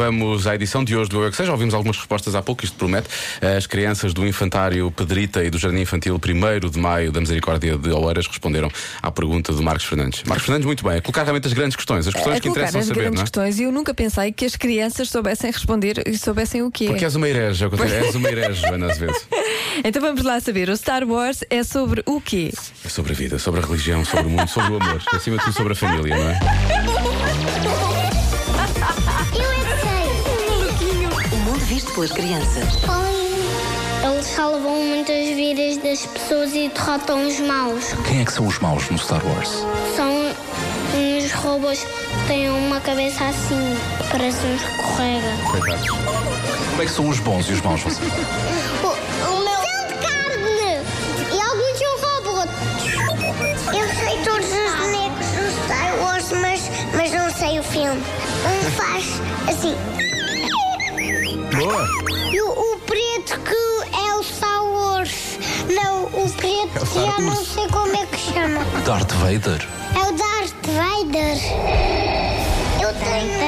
Vamos à edição de hoje do Eu É Que Seja. Ouvimos algumas respostas há pouco, isto promete. As crianças do Infantário Pedrita e do Jardim Infantil 1 de Maio da Misericórdia de Oeiras responderam à pergunta do Marcos Fernandes. Marcos Fernandes, muito bem, a colocar realmente as grandes questões, as questões a que É colocar interessam as saber, grandes não é? questões e eu nunca pensei que as crianças soubessem responder e soubessem o quê. Porque és uma herege, é o que eu tenho- és uma herege, Joana, às vezes. Então vamos lá saber. O Star Wars é sobre o quê? É sobre a vida, sobre a religião, sobre o mundo, sobre o amor, acima de tudo sobre a família, não é? Eu é que sei. O mundo visto pelas crianças. Eles salvam muitas vidas das pessoas e derrotam os maus. Quem é que são os maus no Star Wars? São uns robôs que têm uma cabeça assim, parece um escorrega. Coitados. Como é que são os bons e os maus? Você? O, meu. São de carne! E alguns são robôs. Eu sei todos os bonecos do Star Wars, mas, mas não sei o filme. Um faz assim. Boa! E o, o preto que é o Star Wars. Não, o preto que já não sei como é que chama. Darth Vader. É o Darth Vader. Eu tenho.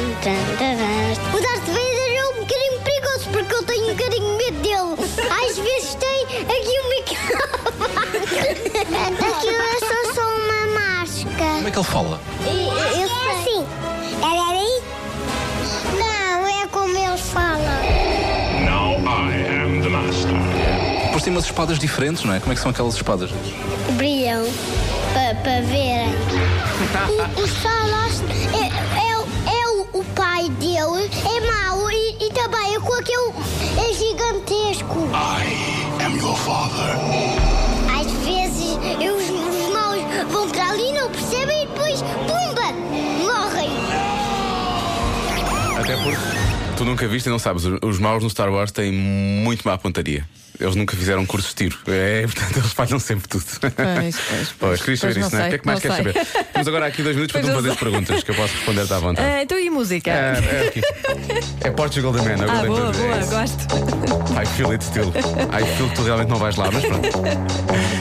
O Darth Vader é um bocadinho perigoso porque eu tenho um bocadinho medo dele. Às vezes tem aqui um microfone. Aquilo é só, só uma máscara. Como é que ele fala? Eu sou assim. Era aí? Não, é como ele fala. Now I am the master. Depois tem umas espadas diferentes, não é? Como é que são aquelas espadas? brilham para verem. O, o Star Wars é, é, o- é o- o pai dele, é mau e, e também é com aquele é gigantesco. I am your father. Às vezes eu- os, os maus vão para ali, não percebem e depois, pumba, morrem. Até porque tu nunca viste e não sabes, os maus no Star Wars têm muito má pontaria. Eles nunca fizeram um curso de tiro. É, portanto, eles falham sempre tudo. Pois, pois, pois. queria saber Pois não isso, não é? sei, O que é que mais não queres sei. saber? Temos agora aqui dois minutos para Pois tu não fazer sei. perguntas que eu posso responder à vontade. Ah, então e música? É, é aqui. É Portugal the Man. é o que eu ah, tenho para boa, dizer. boa, gosto. I feel it still. I feel que tu realmente não vais lá, mas pronto.